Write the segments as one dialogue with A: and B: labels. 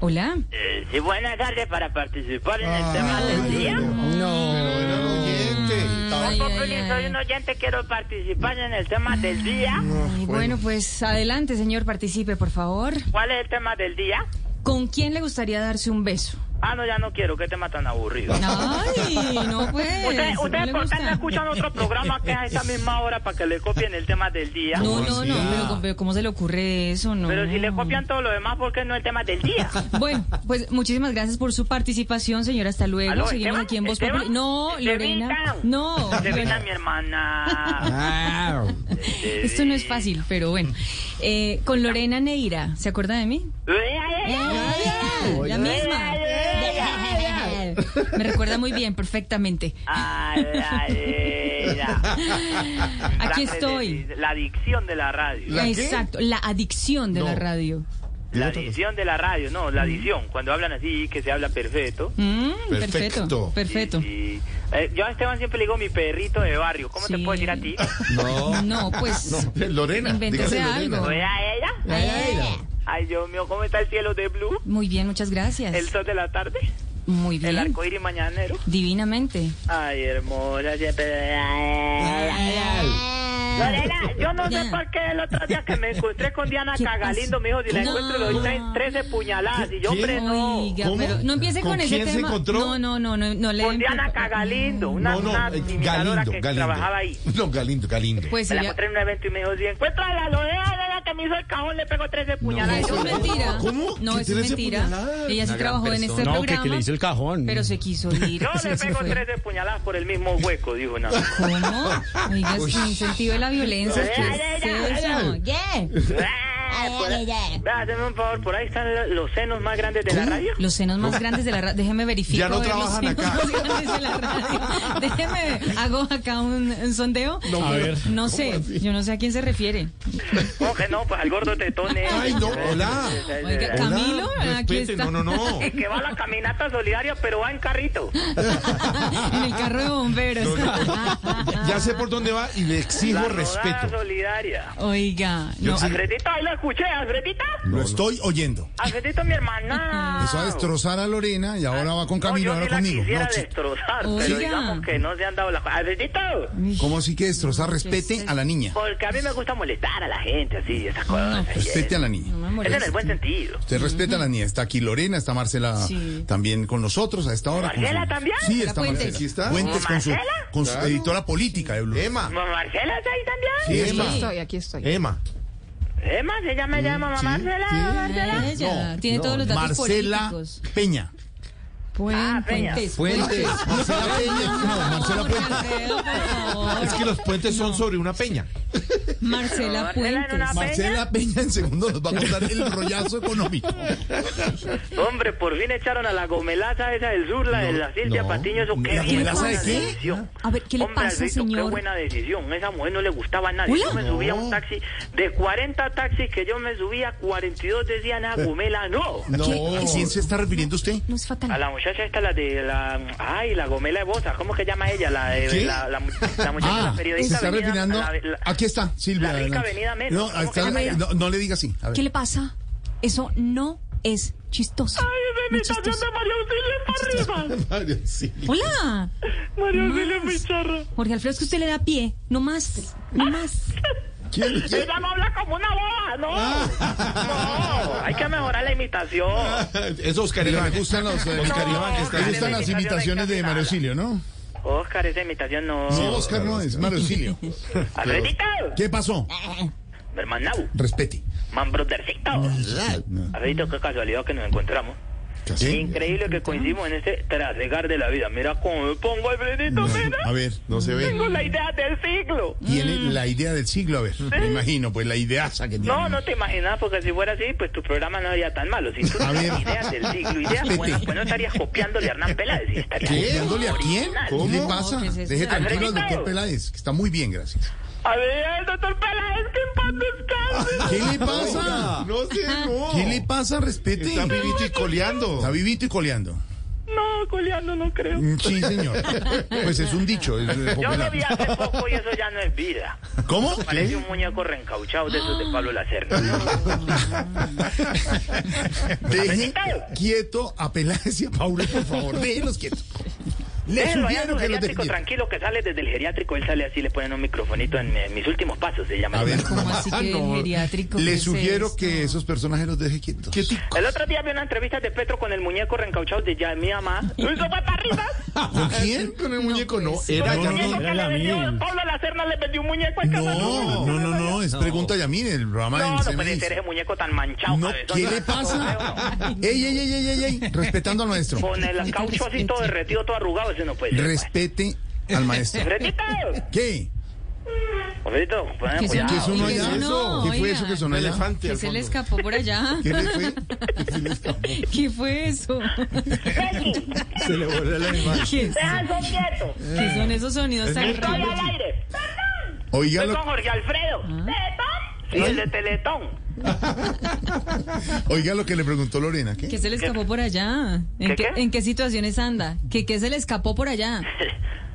A: Hola.
B: Eh, sí, buenas tardes para participar en
A: Ah.
B: el tema
C: Ay,
B: del día.
C: pero- Pero era el oyente. Estaba-
A: Ay, ay,
B: Populi,
A: ay.
B: soy un oyente, quiero participar en el tema del día.
C: Ah,
A: Ay, bueno, pues adelante, señor, participe, por favor.
B: ¿Cuál es el tema del día?
A: ¿Con quién le gustaría darse un beso?
B: Ah, no, ya no quiero, qué tema tan aburrido.
A: Ay, no pues.
B: Ustedes, ustedes
A: le
B: por
A: gusta?
B: tanto escuchan otro programa que es a esta misma hora para que le copien el tema del día.
A: No, no,
C: Pues
A: no, pero, pero ¿cómo se le ocurre eso? No.
B: Pero si le copian todo lo demás, ¿por qué no el tema del día?
A: Bueno, pues muchísimas gracias por su participación, señora. Hasta luego.
B: ¿Aló,
A: Seguimos
B: Esteban?
A: aquí en Voz
B: ¿Esteban?
A: Populi. No,
B: ¿Estevita?
A: Lorena. No.
B: Estevita,
A: Lorena.
B: mi hermana.
C: Ah,
A: Esto no es fácil, pero bueno. Eh, con Lorena Neira, ¿se acuerda de mí?
C: Oye.
A: ¡Eh! La misma. Me recuerda muy bien, perfectamente.
B: Ay, ay, ay.
A: Aquí
B: La-
A: estoy.
B: La adicción de la radio.
C: ¿La qué?
A: Exacto, la adicción de
C: No.
A: la radio.
B: La
C: Dime otra cosa.
B: adicción de la radio, no, la adicción. Cuando hablan así, que se habla perfecto.
A: Mm,
C: Perfecto.
A: perfecto. Perfecto.
B: Y- y- eh, yo a Esteban siempre le digo mi perrito de barrio. ¿Cómo te
A: Sí.
B: puedo decir a ti?
C: No.
A: No, pues.
C: No, Lorena.
A: Invéntese
C: dígale
A: algo.
B: ¿No
C: Lorena.
B: era ella?
A: Ay, ay, ay.
B: Ay, Dios mío, ¿cómo está el cielo de blue?
A: Muy bien, muchas gracias.
B: El sol de la tarde,
A: Muy
B: el
A: bien.
B: arco iris mañanero.
A: Divinamente.
B: Ay, hermosa, siempre. Lorena, yo no sé
A: Ya.
B: por qué el otro día que me encontré con Diana
A: ¿Qué
B: Cagalindo,
A: pasó?
B: me dijo, si la
A: No.
B: encuentro le doy tres- 13 puñaladas. Y yo,
C: ¿Qué?
B: hombre, no.
A: Oiga,
C: ¿Cómo?
A: pero no empiece con,
C: ¿Con
A: ese
C: quién se
A: tema.
C: encontró?
A: No, no, no, no, no le
B: Con
A: den-
B: Diana Cagalindo, una,
C: no, no,
B: una
C: eh,
B: imitadora
C: Galindo,
B: que
C: Galindo.
B: trabajaba ahí.
C: No, Galindo, Galindo.
A: Pues
B: Me la
A: ella-
B: encontré en un evento y me dijo, si encuentro a la Lorena que me hizo el cajón, le pego 13 puñaladas.
A: Eso
B: Yo,
A: es
B: hombre,
A: mentira.
C: ¿Cómo?
A: No,
C: ¿Que
A: eso es
C: Teresa
A: mentira.
C: Puñalada?
A: Ella sí
D: Una gran
A: trabajó en este
D: persona.
E: No, que,
A: programa.
E: que le hizo el cajón.
A: Pero se quiso ir.
B: Yo
A: se-
B: le
A: se
B: pego
A: fue.
B: 13 puñaladas por el mismo hueco, dijo una.
A: ¿Cómo? Oiga,
C: Uy.
A: es un incentivo de la violencia.
B: Ay,
A: ¿Qué
B: ay,
A: es
B: ay,
A: eso? Yeah.
B: Ah, por ahí-
A: ay.
B: Vea, Hazme un favor, por ahí están lo- los senos más grandes de la radio.
A: Los senos más grandes de la radio. Déjeme verificar.
C: Ya no trabajan
A: los senos
C: acá.
A: Más grandes de la radio. Déjeme, hago acá un, un sondeo.
C: No,
E: A
C: pero-
E: ver.
A: No sé, yo no sé a quién se refiere.
B: ¿Cómo que no? Pues al gordo tetón es.
C: Ay, no, hola.
A: Oiga,
C: Hola,
A: Camilo, aquí
C: respete,
A: está.
C: No, no, no.
B: El que va a la caminata solidaria, pero va en carrito.
A: en el carro de bomberos.
C: Ya sé por dónde va y le
B: La
C: exijo
B: rodada
C: respeto.
B: solidaria.
A: Oiga,
C: Yo
A: no.
C: sí-
B: Alfredito, ahí lo escuché, Alfredito.
F: Lo estoy oyendo.
B: Alfredito, mi hermana.
F: Empezó a destrozar a Lorena y ahora va con Camilo,
B: Ah, no, yo sí
F: ahora
B: la
F: conmigo.
B: quisiera
F: No, chico.
B: destrozar, pero
A: Oiga.
B: digamos que no se han dado la... Alfredito,
F: ¿Cómo así que destrozar? Respete a la niña.
B: porque a mí me gusta molestar a la gente, así, esas cosas. y
F: Respete
B: eso.
F: a la
A: No me
F: niña.
B: Es en
A: moleste.
B: el buen sentido.
F: Usted respeta a la niña. Está aquí Lorena, está Marcela
A: Sí.
F: también con nosotros a esta hora. con
B: ¿Marcela también?
F: Sí, está
A: Marcela
F: Marcela.
A: Puentes.
C: Aquí está.
F: Fuentes con su,
B: ¿Marcela?
F: con su
C: Claro.
F: editora política de Blue.
C: Emma,
B: ¿Ma- ¿Marcela está ahí también?
C: Sí.
A: Aquí
C: Emma.
A: estoy, aquí estoy.
C: Emma.
B: Emma, se llama,
F: Mm,
B: llama mamá Marcela. Marcela.
A: Ella
F: No,
A: tiene
C: no,
A: todos los datos
F: Marcela
A: políticos.
F: Peña.
A: Puen-
B: Ah, Peña.
C: Puentes.
F: Marcela Peña. No, Marcela
A: Jorge
F: Puentes.
A: Alfredo, por favor.
C: Es que los puentes son sobre una peña.
A: Marcela
B: Marcela en una
A: Puentes.
B: Peña.
F: Marcela Peña en segundo nos va a contar el rollazo económico.
B: Hombre, por fin echaron a la gomelaza esa del sur, la de la Silvia
C: no.
B: Patiño, eso qué
F: ¿La
B: bien,
F: gomelaza
B: buena
F: de qué?
B: decisión.
A: A ver, ¿qué le
B: Hombre,
A: pasa,
B: Alfredito, Qué
A: señor?
B: buena decisión. Esa mujer no le gustaba a nadie.
A: Hola.
B: Yo me subía a
C: No.
B: un taxi. De 40 taxis que yo me subía, 42 decían a Gomela, no.
F: ¿A quién se está refiriendo usted?
A: No es
B: A
A: fatal.
B: la muchacha esta, la de la. Ay, la Gomela de Bosa, ¿cómo que llama ella? La, de-
C: ¿Qué?
B: la, la mu- la muchacha,
F: Ah,
B: la
F: se
B: periodista.
F: está
B: venida-
F: refiriendo.
B: la- la-
F: Aquí está, Silvia.
B: la rica
F: adelante.
B: avenida Meta,
F: No,
B: ¿cómo
F: está-
B: que llama ella?
F: no, no le diga así. a ver.
A: ¿Qué le pasa? Eso no es chistoso.
B: Ay,
A: No
B: mi
A: es
B: estación
A: chistoso.
B: de María Auxilio para arriba.
C: Mario, sí.
A: Hola.
B: María Auxilio Picharra.
A: Jorge Alfredo, es que usted le da pie. No más. No más.
C: ¿Quién? quién?
B: Ella no habla como una boba, no.
F: Ah.
B: No, hay que mejorar la imitación.
C: Es Oscar
F: Pero
C: Iván.
F: me gustan los, eh,
C: Oscar Iván que
F: Le
C: está
F: gustan las imitaciones de Mario Silio, ¿no?
B: Oscar, esa imitación no.
F: No, Oscar no es, Mario Silio.
B: Alfredito,
F: ¿Qué pasó?
B: hermanau,
F: Respete.
B: man brothercito. Alfredito, qué casualidad que nos encontramos. Increíble que coincidimos en este trasegar de la vida. Mira cómo me pongo, Alfredito, mira.
F: A ver,
C: No se ve.
B: Tengo la idea del siglo.
F: tiene la idea del siglo, a ver, me imagino, pues la ideaza que tiene.
B: No, no te imaginas, porque si fuera así, pues tu programa no sería tan malo. Si tú
F: A
B: tuvieras
F: ver.
B: ideas del siglo, ideas
F: Respete.
B: buenas, pues no estarías copiándole a Hernán Peláez. y estarías
F: ¿Qué? ¿Dándole a quién?
B: original.
F: ¿Qué le
C: ¿Cómo?
F: pasa?
A: No, ¿qué es eso?
F: Deje tranquilo al
B: Alfredito.
F: doctor Peláez, que está muy bien, gracias.
B: A ver, doctor Peláez, que en paz descanse.
F: ¿Qué le pasa?
C: No sé, no.
F: ¿Qué le pasa? Respete.
C: Está vivito y coleando.
F: Está vivito y coleando.
B: No, no, coleando no creo.
F: Mm, Sí, señor. Pues es un dicho. es, eh,
B: Yo lo
F: popular.
B: vi hace poco y eso ya no es vida.
F: ¿Cómo?
B: Parece un muñeco reencauchado de esos de Pablo Lacerda.
F: Deje quieto a Pelasia Paula, por favor. Déjenos quietos. Le
B: Déjenlo allá en
F: sugiero
B: su
F: que lo
B: geriátrico,
F: dejen quietos.
B: tranquilo, que sale desde el geriátrico, él sale así, le ponen un microfonito en eh, mis últimos pasos, se llama.
F: A ver,
A: ¿Cómo así que
F: no.
A: geriátrico? ¿Qué
F: Le
A: es
F: sugiero
A: esto?
F: que esos personajes los deje quietos.
B: El otro día vi una entrevista de Petro con el muñeco reencauchado de ya, mi mamá. ¡Eso fue para arriba!
F: ¿Con quién?
C: Con el muñeco no,
A: pues,
B: Con
C: era
B: el
C: ya
B: muñeco
C: no.
B: que le vendió, Pablo Lacerna le vendió un muñeco a Casa Luna.
F: No, no, no, no. Es pregunta a Yamil, el programa
B: No,
F: de
B: no
F: Encena
B: puede
F: dice.
B: ser ese muñeco tan manchado.
F: No,
B: cabezón.
F: ¿qué le pasa? Ey, ey, ey, ey, ey, ey, respetando al maestro.
B: Con el caucho así todo derretido, todo arrugado, ese no puede ser. pues.
F: Respete al maestro.
B: ¡Fredito!
F: ¿Qué?
B: ¡Fredito! ponme
A: ¿Qué
B: cuidado.
F: ¿Qué
A: sonó?
F: sonó
A: ¿Qué
F: allá?
A: sonó?
F: ¿Qué fue
A: Oiga.
F: eso que
C: Un
F: sonó allá?
C: elefante.
A: ¿Qué
C: al
A: se le
C: fondo.
A: escapó por allá?
F: ¿Qué le fue? ¿Qué se le escapó?
A: ¿Qué fue eso?
B: Becky,
F: Se le voló el animal.
A: ¿Qué,
B: deja eso quieto.
A: qué
F: Mm.
A: son esos sonidos tan
B: Estoy
A: raros?
B: al aire.
F: Oiga,
B: Estoy
F: lo-
B: con Jorge Alfredo. ¿Teletón? Sí, el de Teletón.
F: oiga lo que le preguntó Lorena. ¿Qué?
A: ¿Qué se le escapó por allá? ¿En
B: ¿Qué,
A: qué,
B: qué?
A: en qué situaciones anda? ¿Qué, qué se le escapó por allá?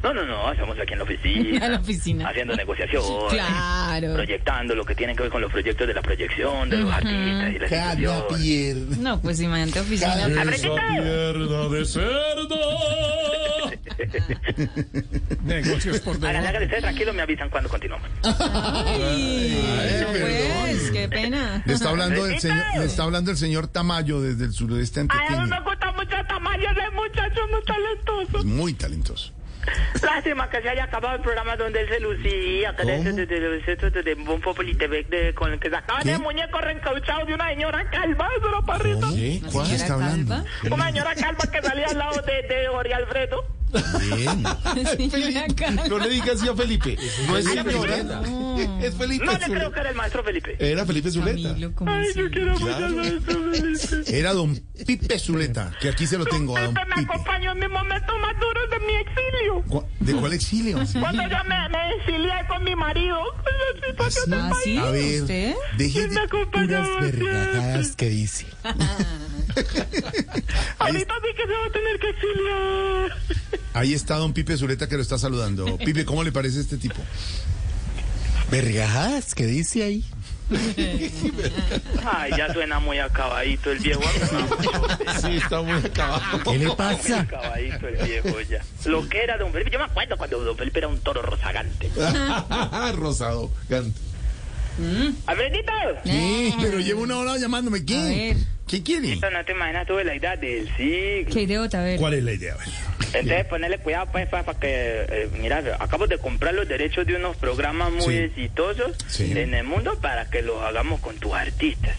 B: No, no, no, estamos aquí en la oficina.
A: A la oficina.
B: Haciendo negociaciones.
A: Claro.
B: Proyectando lo que tiene que ver con los proyectos de la proyección, de los artistas y las
F: Cada
B: instituciones.
F: pierna.
A: No, pues imagínate oficina.
F: Cada-
B: Esa
D: pierna de cerdo. Negocios por
B: Háganle, háganle, ustedes tranquilos, me avisan cuando continuamos.
A: Ay, no, pues, qué pena.
F: Le está hablando el señor, le está hablando el señor Tamayo desde el sureste antioqueño.
B: gusta mucho Tamayo, ese muchacho muy talentoso.
F: Es muy talentoso.
B: Lástima que se haya acabado el programa donde él se lucía, que
F: ¿Cómo?
B: desde de, de, de, de, de, de Bon Populi TV, de- con el que sacaban
F: ¿Qué?
B: el muñeco reencauchado de una señora calva, eso era parrita.
F: ¿Qué?
A: ¿Una
F: ¿Cuál
A: señora
F: está hablando?
A: calva?
B: Una señora calva que salía al lado de, de Jorge Alfredo.
F: Bien.
A: Señora Carla.
C: No le digas así a Felipe. No es
B: Felipe
C: señora. Es Felipe.
B: No le
C: Zuleta.
B: creo que era el maestro Felipe.
F: Eh,
C: Era Felipe Zuleta.
A: Camilo, ¿cómo así?
B: quiero mucho al maestro Felipe.
F: Era don Pipe Zuleta, que aquí se lo tengo a don
B: Felipe me
F: Pipe.
B: acompañó en mis momentos más duros de mi exilio.
F: ¿Cu- ¿De cuál exilio?
B: Cuando yo me, me exilié con mi marido, con la
F: Pues
B: situación del
A: ¿Ah,
B: país.
A: sí?
F: A ver,
A: ¿Usted?
F: deje
B: ¿Quién me
F: de
B: acompañaba siempre?
F: que dice. ahí,
B: Ahorita sí que se va a tener que exiliar.
F: ahí está don Pipe Zuleta que lo está saludando. Pipe, ¿cómo le parece este tipo? Vergajadas que dice ahí.
B: Ay, ya suena muy acabadito el viejo. ha sonado mucho.
C: Sí, está muy acabado.
F: ¿Qué le
B: Muy
A: Eh.
B: acabadito el viejo ya. Lo que era don Felipe, yo me acuerdo cuando don Felipe era un toro rozagante.
F: Ah.
C: Rosado. Gante.
B: Alfredito,
F: Sí, pero llevo una hora llamándome.
A: A ver.
F: ¿Qué? ¿Qué quiere?
B: no te imaginas tú de la edad del siglo.
A: ¿Qué idiota? A ver.
F: ¿Cuál es la idea? A ver.
B: Entonces, ponerle cuidado, pues, para, para que. eh, mira, acabo de comprar los derechos de unos programas muy
F: Sí.
B: exitosos
F: Sí.
B: en el mundo para que los hagamos con tus artistas.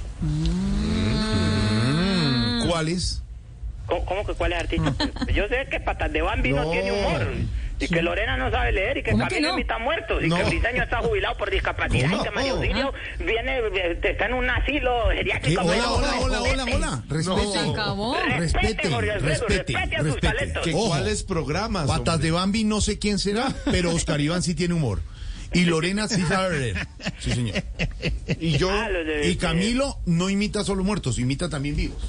A: Mm.
F: ¿Cuál es?
B: ¿Cómo, cómo que cuáles artistas? Pues, Yo sé que Patas de Bambi no,
F: No.
B: tiene humor. Y que Lorena no sabe leer y que
A: ¿Cómo que
B: Camilo
A: no?
B: está muerto y
F: No.
B: que Briseño está jubilado por discapacidad y que María Auxilio viene, eh, está en un asilo
F: ¿Qué?
B: geriátrico.
F: Hola,
B: Bueno,
F: hola,
B: no,
F: hola, hola,
B: respete.
F: hola.
C: No.
A: Se
F: Respete.
A: acabó.
B: Respete,
F: Respete,
B: Jorge Alfredo,
F: respete,
B: respete a sus
F: respete.
B: talentos.
C: ¿Qué,
F: Ojo.
C: ¿Cuáles programas?
F: Patas
C: hombre?
F: de Bambi no sé quién será, pero Oscar Iván sí tiene humor. Y Lorena sí sabe leer. Sí, señor.
C: Y yo.
B: Ah, los de-
F: Y Camilo no imita solo muertos, imita también vivos.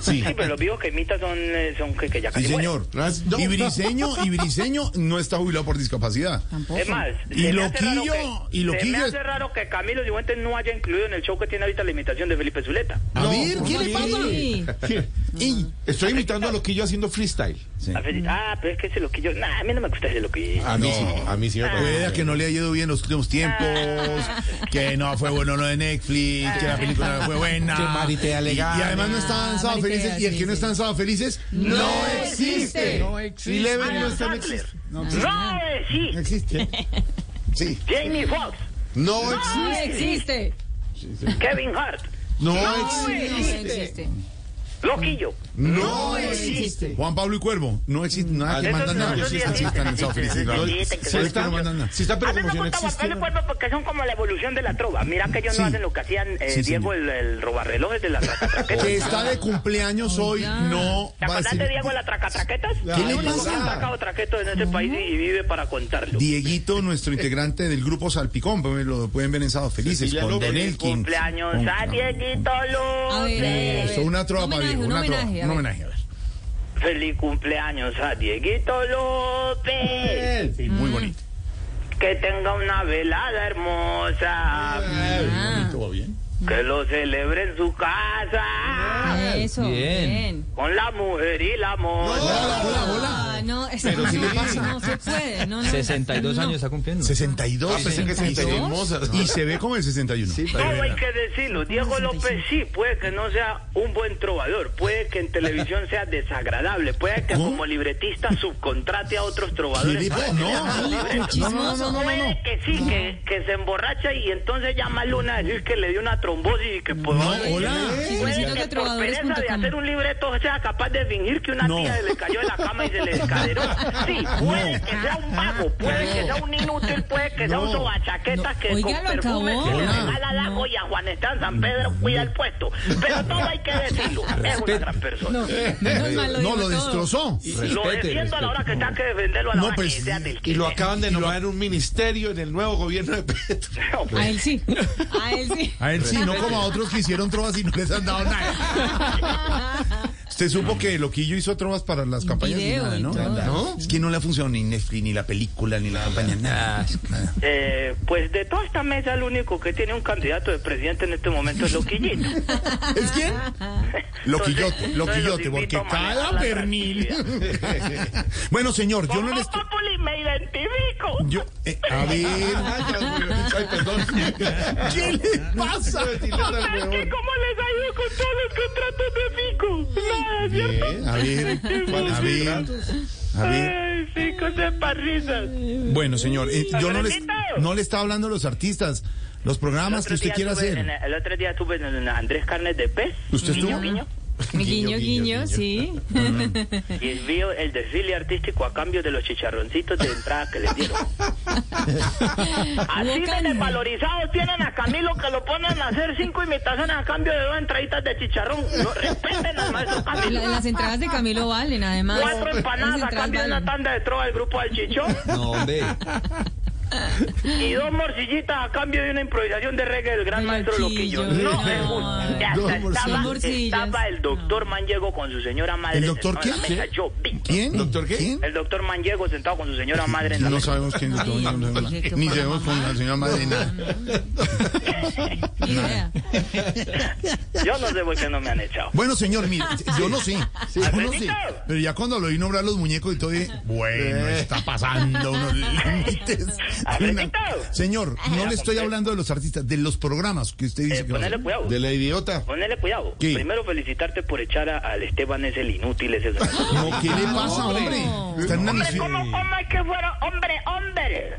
C: Sí.
B: Sí, pero los vivos que imitan son, eh, son que, que ya
F: Sí,
B: casi mueren.
F: señor.
C: No.
F: Y Briseño, y Briseño no está jubilado por discapacidad.
A: Tampoco.
B: Es más,
F: Y
B: se me hace raro
F: Loquillo,
B: que-
F: y
B: Se
F: Loquillo
B: me
F: es-
B: hace raro que Camilo Cifuentes no haya incluido en el show que tiene ahorita la imitación de Felipe Zuleta.
F: A ver, ¿qué le pasa?
A: Sí.
F: Y-
C: Estoy imitando a Loquillo haciendo freestyle.
F: Sí. Ah.
B: A veces, ah, pero es que ese Loquillo, nah, a mí no me gusta ese Loquillo.
C: A mí sí. A mí sí me
F: Pueda
C: parece.
F: que no le haya ido bien los últimos tiempos, que no fue bueno lo de Netflix, que la película no fue buena.
C: Que Maritea le
F: Y- Y,
C: gana.
F: además no estaban sábado
A: Maritea,
F: felices, y el
A: sí,
F: que no
A: sí.
F: está en sábado felices,
A: No existe.
F: No
C: Y Leven no está en existe.
B: No, eh, sí,
F: existe. Sí.
B: Jamie Foxx,
F: No existe.
A: No existe.
B: Kevin Hart,
F: No
A: No
F: existe.
A: existe.
B: Loquillo.
F: No existe. Juan Pablo y Cuervo, no existe nada que
C: Eso
F: mandan
B: no,
F: nada.
B: eso
F: Sí
B: sí
F: están, sí
B: existe.
F: están en Sábado Felices,
B: No
F: ¿no?
B: existe, que
F: Sí
C: Si
B: no
F: están,
C: está,
F: no mandan nada.
C: si está, pero
B: a mí
C: como
B: me
C: si no
B: gusta Juan Pablo
C: existiera.
B: Cuervo porque son como la evolución de la trova. Mira que ellos
F: Sí.
B: no hacen lo que hacían eh,
F: Sí,
B: Diego el, el robarrelojes de las tracatraquetas.
F: Que está de cumpleaños hoy, no
B: ¿Te
F: va a
B: acordás de
F: decir.
B: Diego de las tracatraquetas?
F: ¿Qué le
B: El único que
F: pasa?
B: ha sacado traquetos en este país y y vive para contarlo.
F: Dieguito, nuestro integrante del grupo Salpicón, pues, lo pueden ver en Sábado Felices,
C: Cecilia
F: con
C: López,
F: Don Elkin.
B: Cumpleaños ah, a Dieguito
A: A ver,
B: López.
A: a ver.
F: Eso, una trova,
A: Un homenaje, eh,
F: viejo,
A: un
F: una trova,
A: homenaje, a
F: un
A: ver.
F: homenaje, a ver.
B: Feliz cumpleaños a Dieguito
C: Eh.
B: López.
F: Sí, muy bonito.
B: Que tenga una velada hermosa.
A: Ah,
F: Ay, ¿Todo bien?
B: Que lo celebre en su
A: Eh.
B: casa.
A: ah, Eso, bien.
E: bien.
B: Con la mujer y la moza.
F: Hola, hola, hola.
A: Ah, no, eso
F: Pero
A: no,
F: sí le pasa.
A: no se puede. No, no,
E: 62
A: no.
E: años está cumpliendo.
F: 62.
C: Ah, pensé que 62 hermosas.
F: Y se ve como el 61.
E: Sí,
B: Todo
E: pero-
B: hay que decirlo. Diego López sí, puede que no sea un buen trovador, puede que en televisión sea desagradable, puede que
F: ¿Cómo?
B: como libretista subcontrate a otros
F: ¿Qué le
B: trovadores. para
F: pasa?
B: que
F: No,
B: le hagan
F: no,
B: libretos.
F: no, no, no, no, no, no.
B: Puede que sí, que, que se emborracha y entonces llama a Luna a decir que le dio una trombosis y que pues,
F: No,
B: vale,
F: hola.
B: puede
A: Chismecitos
B: que
A: de
B: por
A: trovadores
B: pereza
A: punto
B: de
A: com.
B: hacer un libreto sea capaz de fingir que una
F: No.
B: tía se le cayó de la cama y se le descaderó. Sí, puede
F: No.
B: que sea un vago, puede que sea un inútil, puede que sea
F: No.
B: un sobachaquetas
A: No.
B: que
A: Oiga,
B: con
A: lo
B: perfume
A: acabó.
B: se le
A: Hola.
B: regala la joya a Juan Están San Pedro, cuida el puesto. Pero todo hay que decirlo, es una gran persona.
A: Menos mal
F: No,
A: digo
F: lo
A: todo.
F: destrozó.
B: Lo
E: Respete,
B: defiendo a la hora que está que defenderlo a la
F: No,
B: hora
F: pues,
B: que sea del
C: Y
B: que
C: lo
B: sea.
C: acaban de nombrar en un ministerio en el nuevo gobierno de Petro.
B: No, pues,
F: Pues.
A: A él sí. A él sí.
F: A él sí, no como a otros que hicieron trovas y no les han dado nada. Usted supo que Loquillo hizo trovas para las campañas ni
A: video
F: nada,
A: y
F: ¿no?
A: todo.
F: ¿No? Es que no le ha funcionado ni Netflix, ni la película, ni la campaña, nada. nada.
B: eh, pues de toda esta mesa, el único que tiene un candidato de presidente en este momento es Loquillito.
F: ¿Es quién? Loquillote,
B: Entonces,
F: Loquillote,
B: entonces los
F: porque
B: invito a manejar
F: cada
B: la
F: pernil. bueno, señor, yo no
B: Como
F: les.
B: Populi me identifico.
F: Yo, eh, a ver,
C: Ay, perdón.
F: ¿qué le pasa?
B: Es que cómo les ha ido con todos los contratos de Fico. Nada, ¿cierto?
F: Bien, a ver, a ver, a ver.
B: Ay, Fico se parrizas.
F: Bueno, señor, eh, yo no les,
B: Alfredito.
F: no le estaba hablando a los artistas, los programas que usted quiera hacer.
B: El otro día estuve en en Andrés Carnes de Pez.
F: ¿Usted
B: Guiño,
F: estuvo?
B: guiño.
A: Guiño, guiño, sí.
F: Mm.
B: Y vio el desfile artístico a cambio de los chicharroncitos de entrada que les dieron. Así de
A: Local.
B: desvalorizados tienen a Camilo que lo ponen a hacer cinco imitaciones a cambio de dos entraditas de chicharrón. No, respeten al maestro Camilo.
A: La- las entradas de Camilo valen, además.
B: Cuatro empanadas
A: Las
B: a cambio de una
A: valen.
B: tanda de trova del grupo del Chichón
E: No, hombre.
B: y dos morcillitas a cambio de una improvisación de reggae del gran
A: Ay,
B: maestro Loquillo.
A: Loquillo,
B: No,
A: no.
B: me gusta. Ya
F: Dos
B: hasta estaba,
A: morcillas.
B: estaba el doctor Maniego con su señora madre.
F: ¿El doctor
B: sentado en la
F: quién?
B: mesa. Yo vi.
F: ¿Quién?
C: ¿Doctor qué?
F: ¿Quién?
B: El doctor Maniego sentado con su señora madre en la
F: No
B: mesa.
F: sabemos quién es
A: Ay,
F: no, no, no.
A: qué
F: Ni
A: poca
F: sabemos con la señora madre nada.
A: Ni idea.
B: Yo no sé por qué no me han echado.
F: Bueno, señor, mire, yo no sé. Yo no sé.
B: Alfredito. Eh.
F: Pero ya cuando lo oí nombrar los muñecos y todo, dije, bueno, está pasando unos límites.
B: Alfredito.
F: Señor, no le estoy hablando de los artistas, de los programas que usted
B: Eh,
F: dice que no
B: ponele
F: sé.
B: cuidado.
C: De la idiota.
B: Ponele cuidado.
F: ¿Qué?
B: Primero felicitarte por echar a- al Esteban ese el inútil ese.
F: No, ¿qué le pasa, hombre? Está en una
B: Hombre,
F: misión.
B: ¿cómo, cómo es que fueron? Hombre, hombre.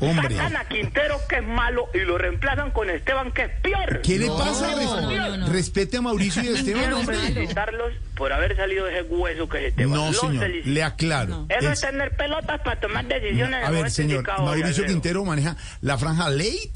F: Hombre.
B: Sacan a Quintero, que es malo, y lo reemplazan con Esteban, que es peor.
F: ¿Qué le pasa? Res-
A: no, no.
F: Respete a Mauricio y a Esteban,
B: Quiero
F: hombre.
B: felicitarlos por haber salido de ese hueso que es Esteban.
F: No,
B: Los
F: señor,
B: felicito.
F: le aclaro.
B: Eso es
F: Es-
B: tener pelotas para tomar decisiones. en
F: A
B: el
F: ver,
B: momento
F: señor,
B: indicado,
F: Mauricio
B: Gabriel.
F: Quintero maneja la franja late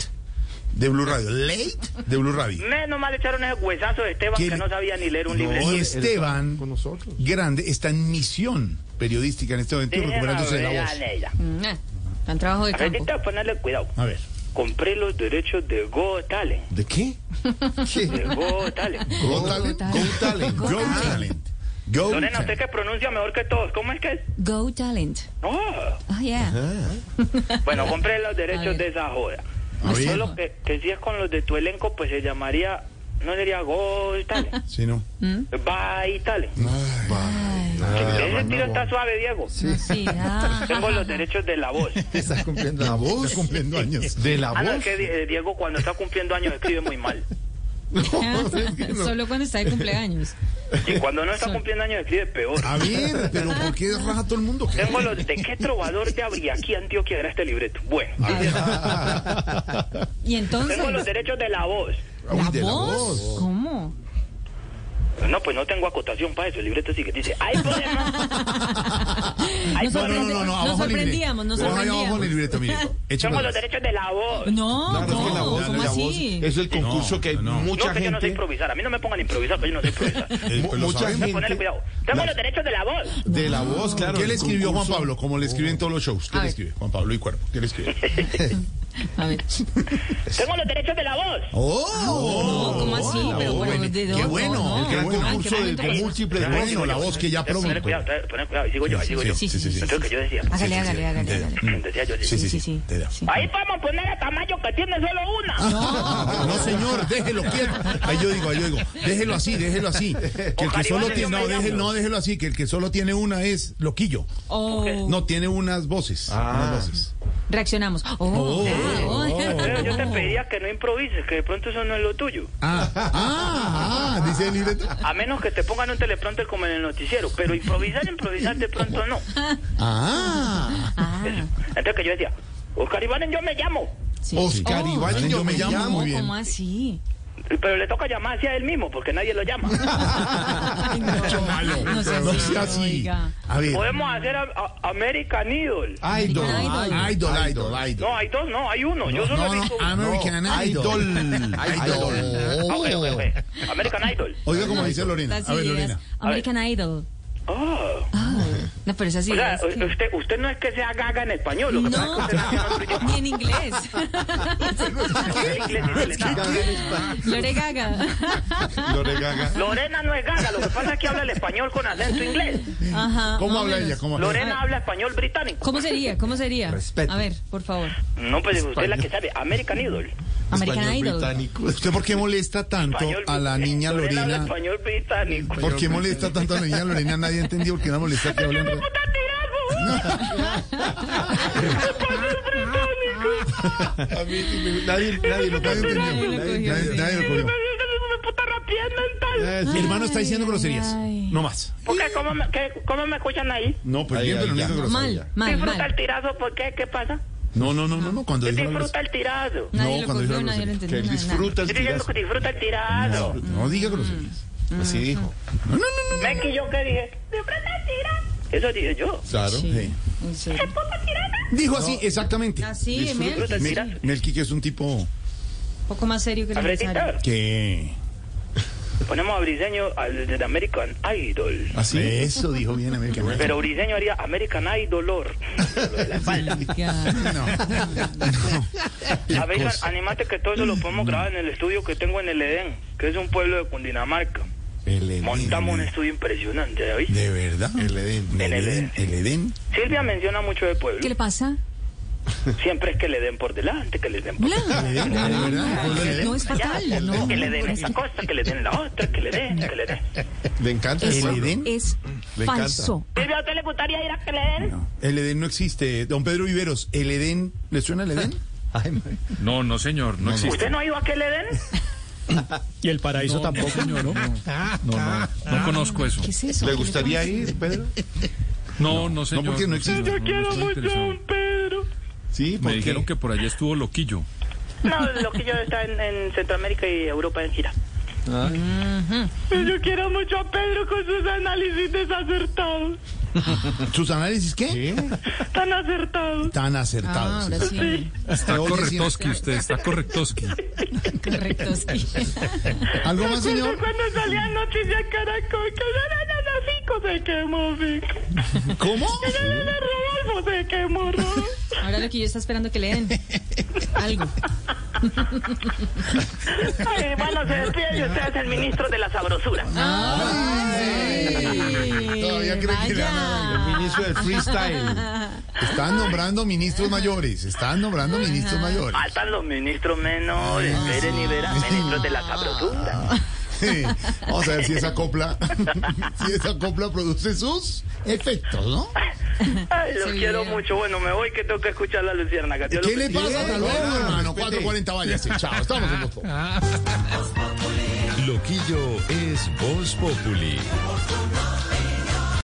F: de Blue Radio. Late de Blue Radio.
B: Menos mal echaron ese huesazo de Esteban
F: ¿Qué
B: que
F: le-
B: no sabía ni leer un
F: No,
B: libro.
F: y Esteban,
C: con nosotros.
F: grande, está en misión periodística en este momento, recuperándose de la voz.
A: Nah, Mm, ah, tan trabajo de campo.
B: Necesita ponerle cuidado.
F: A ver,
B: Compré los derechos de Go Talent.
F: ¿de qué?
B: De
F: ¿Qué?
B: Go Talent.
F: Go Talent. Go Talent. Go Talent. Go
B: Lorena, usted
F: Talent.
B: que pronuncia mejor que todos. ¿Cómo es que es?
A: Go Talent.
B: No.
A: Oh, yeah.
F: Ah,
B: Bueno, compré los derechos
A: ver.
B: de esa joda.
F: A ver.
B: Solo que, que si es con los de tu elenco, pues se llamaría. No sería Go Talent.
F: Sí, no.
B: Bye Talent.
C: Ah,
B: Ese tiro está suave, Diego.
A: No, sí, ah.
B: Tengo los derechos de la voz.
E: Está cumpliendo
F: La voz cumpliendo años.
C: De la
B: Ah, no,
C: voz.
B: es que Di- eh, Diego cuando está cumpliendo años escribe muy mal.
A: Solo cuando está de cumpleaños.
B: Y cuando no está cumpliendo años escribe peor.
F: A ver, pero ¿por qué raja todo el mundo? ¿Qué?
B: Tengo los de qué trovador de Abriaquí, Antioquia era este libreto. Bueno,
A: A ver. Y entonces.
B: tengo los derechos de la voz.
A: ¿La,
F: Uy, de la
A: voz?
F: voz.
A: ¿Cómo?
B: No, pues no tengo acotación para eso. El libreto sigue. Dice, hay problema. Hay
A: No, no,
F: No,
B: problema.
F: no, no, no, abajo
A: Nos
F: libre.
A: sorprendíamos, nos
F: No, no, abajo
A: sorprendíamos.
F: el libreto, mire. Échale
B: Tengo
F: para
B: los
F: atrás.
B: derechos de la voz.
A: No,
C: Claro, es que la
A: no,
C: voz,
A: ¿cómo
C: la voz
A: así?
C: es el concurso
F: No,
C: que hay
F: no, no.
B: No,
C: mucha
B: pero que pues yo no sé
C: gente
B: improvisar. A mí no me pongan a improvisar, porque yo no sé improvisar.
F: Eh, pues lo
C: Mucha
F: sabemos.
C: gente-
B: Ponle cuidado. Tengo los derechos de la voz.
C: de la voz, claro.
F: ¿Qué le
C: el
F: escribió Juan
C: concurso.
F: Pablo? Como le escriben todos los shows. ¿Qué
A: A
F: le
A: ver.
F: escribe? Juan Pablo y Cuervo. ¿Qué le escribe?
A: A ver.
F: Pues,
B: Tengo los derechos de la voz.
F: ¡Oh!
A: No, ¿cómo así?
F: la
A: Pero
F: voz,
A: bueno,
F: bueno,
A: ¿de
F: ¡Qué
A: dónde?
F: bueno!
A: No,
F: El gran
A: no. Ah, qué
F: concurso de,
A: bueno.
F: de múltiples
B: Qué
F: voces. La voz que ya pronto.
B: Poner cuidado, poner cuidado. Y sigo yo, ahí sigo yo.
F: Sí, sí, sí. sí,
B: Entonces que yo decía. pues,
A: Hágale, hágale, hágale.
B: Decía yo,
F: Sí,
B: decía.
F: sí,
A: Sí,
F: sí. Ah.
A: sí,
F: te da.
A: sí.
B: Ahí podemos poner a Tamayo que tiene solo una.
F: No, señor, déjelo quieto. Ahí yo digo, ahí yo digo, déjelo así, déjelo así. Que el que
B: Ojalá
F: solo
B: Iván
F: tiene, no,
B: Dios me
F: deje-
B: llame.
F: no, déjelo así, que el que solo tiene una es loquillo.
A: Oh,
F: No, tiene unas voces.
C: Ah.
F: Unas voces.
A: reaccionamos. Oh, ah, oh.
B: Pero yo te pedía que no improvises, que de pronto eso no es lo tuyo.
F: Ah, ah, ah, dice el libreto.
B: A menos que te pongan un teleprompter como en el noticiero. Pero improvisar, improvisar de pronto no.
F: Ah,
A: Ah,
B: Entonces que yo decía, Oscar Iván, yo me llamo.
A: sí.
C: Oscar
A: Oh,
C: Iván,
F: Iván,
C: yo me llamo.
A: ¿Cómo,
F: muy bien.
A: ¿Cómo así?
B: Pero le toca llamarse a él mismo porque nadie lo llama.
A: Ay, no.
F: Qué malo.
A: No sea
F: No
A: así,
F: sea así.
A: oiga.
F: A ver.
B: Podemos hacer a- a- American Idol.
C: Idol.
A: Idol.
F: Ah, Idol, idol, idol.
B: No, hay dos, no, hay uno. Yo solo
F: No, Ah,
B: he
F: no,
B: visto uno.
F: American
C: No,
F: Idol.
C: Idol. Idol.
B: Ah, ok, ok, ok. American Idol.
F: Oiga como dice Lorena.
A: Las
F: A ver,
A: ideas.
F: Lorena.
A: American Idol.
B: Oh.
A: No, pero esas
B: O sea,
A: ideas. que-
B: usted, usted no es que sea gaga en español, lo que pasa es que usted no tiene otro
A: No,
B: idioma.
A: ni en inglés.
B: Usted en inglés dice, le da-
A: Lore Gaga.
C: Lore Gaga.
B: Lorena no es gaga, lo que pasa es que habla el español con acento inglés.
A: Ajá.
F: ¿Cómo
A: Ah, más o
F: habla
A: menos.
F: ella? ¿Cómo habla?
B: Lorena habla español británico.
A: ¿Cómo sería? ¿Cómo sería?
C: Respeto.
A: A ver, por favor.
B: No, pues usted es la que sabe, American Idol.
A: American
C: Español
A: Idol.
C: británico.
F: ¿Usted por qué molesta tanto
B: Español
F: a la
B: británico.
F: niña
B: Lorena habla
F: Lorena?
B: español británico.
F: ¿Por qué molesta tanto a la niña Lorena? Nadie entendió por qué la molesta que hablen.
B: ¡Puta tirado! ¡Español británico!
C: A mí me- nadie, nadie lo
F: Nadie entendió.
C: puede
A: lo
F: Nadie,
A: cogió,
F: nadie-
A: sí.
F: nadie lo cogió. Eh,
B: ¡Puta rapidez mental!
F: Mi hermano está diciendo
A: Ay,
F: groserías.
A: ay.
F: No más.
B: ¿Por qué? ¿Cómo me, qué- ¿Cómo me escuchan ahí?
F: No, pues
C: Ahí,
F: bien,
C: ahí,
F: pero no
C: ya.
F: diga grosería.
A: Mal, mal,
B: Disfruta el
A: mal.
B: tirazo, ¿por qué? ¿Qué pasa?
F: No, no, no, no, no. Cuando dijo la
B: Disfruta
F: grosería.
B: el tirazo.
A: Nadie
F: No,
A: lo
F: cuando dijo
A: cogió,
F: la
A: nadie lo
F: grosería.
A: entendió.
C: Que él
A: nada, nada. Mm,
C: disfruta el
B: Estoy diciendo
C: tirazo.
B: que disfruta el tirazo.
F: No diga groserías.
C: Así dijo.
B: Becky, ¿yo qué dije? ¡Disfruta el tirazo! Eso dije yo.
C: Claro.
F: Sí.
A: En serio. Ah,
F: Dijo así, exactamente.
A: Así, Mel,
B: Disfruta el tirazo.
F: Mel- Melqui, que es un tipo
A: un poco más serio que el
B: Alfredita,
A: empresario.
F: que...
B: ponemos a Briseño al de American Idol.
F: Así. Eso dijo bien América.
B: Pero Briseño haría American Idolor.
F: No.
B: A ver,
F: cosa.
B: animate que todo eso lo podemos grabar en el estudio que tengo en el Edén, que es un pueblo de Cundinamarca.
F: El
B: Montamos un estudio impresionante, ¿ya viste?
F: De verdad. El Edén. El Edén. El Edén.
B: Silvia menciona mucho de pueblo.
A: ¿Qué le pasa?
B: Siempre es que le den por delante, que le den por
A: Bla.
F: De verdad. el Edén.
A: No es fatal, no.
B: Que le den
A: Es,
B: esta cosa, que le den la otra, que le den, que le den.
C: Le encanta el
A: es-
C: pueblo.
F: Edén.
A: es
C: Le encanta.
A: falso.
B: Silvia, ¿a usted le gustaría ir a que le den?
F: No, El Edén no existe. Don Pedro Viveros, el Edén, ¿le suena el Edén?
D: No, no, señor, no, existe.
B: ¿Usted no ha ido a que le den?
E: Y el paraíso tampoco.
D: señor, no. No, no, no conozco eso.
A: ¿Qué es eso?
C: ¿Le gustaría ir, Pedro?
D: No, no, señor.
F: porque no existe.
D: señor, no, no estoy interesado.
B: Pedro.
C: Sí,
D: Me
C: porque
D: dijeron que por allá estuvo loquillo.
B: No, lo que yo está en, en Centroamérica y Europa en gira. Yo quiero mucho a Pedro con sus análisis desacertados.
F: ¿Sus análisis qué?
B: Tan acertados.
F: Tan
A: Ah,
F: acertados.
A: ahora sí.
D: Está
F: Oye,
D: correctoski usted, está correctoski.
A: Correcto, sí.
F: ¿Algo más, señor?
B: Cuando salían noticias Caracol, que Fico se quemó, Fico.
F: ¿Cómo?
B: Rodolfo se quemó,
A: Ahora lo que yo está esperando que le den. Algo.
B: Ay, bueno, se despide y usted es el ministro de la sabrosura.
A: Ah.
F: Todavía cree que le dan
A: Vaya.
B: Ah.
C: el ministro del freestyle.
F: Están nombrando ministros mayores. Están nombrando ministros mayores.
B: Faltan los ministros menores,
A: Ah.
B: Miren y verán, ministros de la sabrosura.
F: Sí. Vamos a ver si esa copla, si esa copla produce sus efectos, ¿no?
B: Ay, los
A: Sí,
B: quiero
A: mira.
B: mucho. Bueno, me voy que tengo que escuchar la Luciérnaga. Dios
F: ¿Qué
B: los
F: le
B: bendiga.
F: pasa? Hasta luego,
C: Hola,
F: hermano.
C: respete.
F: 4.40, váyase. Chao. Estamos en Bosco.
G: Loquillo es Voz Populi.